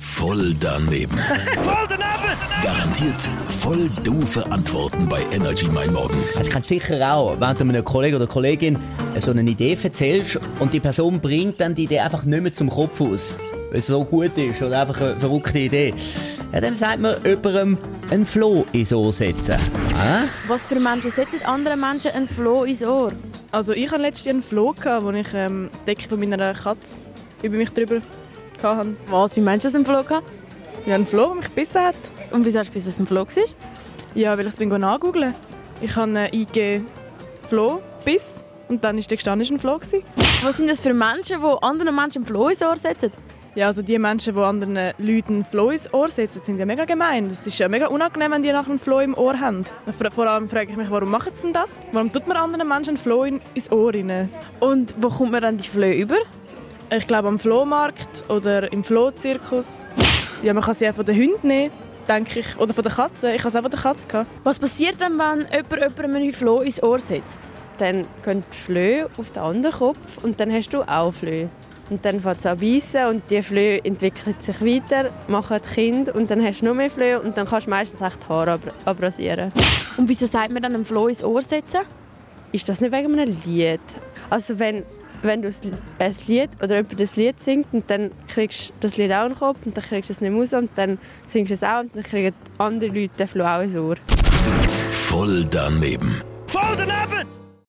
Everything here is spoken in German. Voll daneben. Garantiert voll doofe Antworten bei Energy Mein Morgen. Es Also kann sicher auch, wenn du einem Kollegen oder Kollegin so eine Idee erzählst und die Person bringt dann die Idee einfach nicht mehr zum Kopf aus, weil es so gut ist oder einfach eine verrückte Idee. Ja, dann sagt man jemandem einen Floh in so setzen. Ah? Was für Menschen setzen andere Menschen einen Floh ins Ohr? Also ich hatte letztens einen Floh, gehabt, wo ich ähm, die Decke von meiner Katze über mich drüber hatte. Was, wie meinst du, dass ein Floh gehabt? Ja, einen Floh, der mich gebissen hat. Und wieso hast du gewusst, dass es ein Floh war? Ja, weil ich es bin nachgoogeln. Ich habe äh, eingegeben Floh, Biss und dann ist der gestanden, ist ein Floh. Gewesen. Was sind das für Menschen, die anderen Menschen einen Floh ins Ohr setzen? Ja, also die Menschen, die anderen Leuten einen Floh ins Ohr setzen, sind ja mega gemein. Das ist ja mega unangenehm, wenn die nachher einen Floh im Ohr haben. Vor vor allem frage ich mich, warum machen sie denn das? Warum tut man anderen Menschen einen Floh in, ins Ohr rein? Und wo kommt man dann die Flöhe über? Ich glaube am Flohmarkt oder im Flohzirkus. Ja, man kann sie auch von den Hunden nehmen, denke ich. Oder von der Katze. Ich habe es auch von der Katze. Gehabt. Was passiert denn, wenn jemand jemandem einen Floh ins Ohr setzt? dann gehen die Flöhe auf den anderen Kopf und dann hast du auch Flöhe. Und dann fängt es an beißen und die Flöhe entwickeln sich weiter, machen Kind und dann hast du noch mehr Flöhe und dann kannst du meistens echt die Haare abra- abrasieren. Und wieso sagt man dann einen Floh ins Ohr setzen? Ist das nicht wegen einem Lied? Also wenn, wenn du s- ein Lied oder jemand das Lied singt und dann kriegst du das Lied auch in den Kopf und dann kriegst du es nicht mehr raus und dann singst du es auch und dann kriegen andere Leute den Floh auch ins Ohr. Voll daneben. Voll daneben!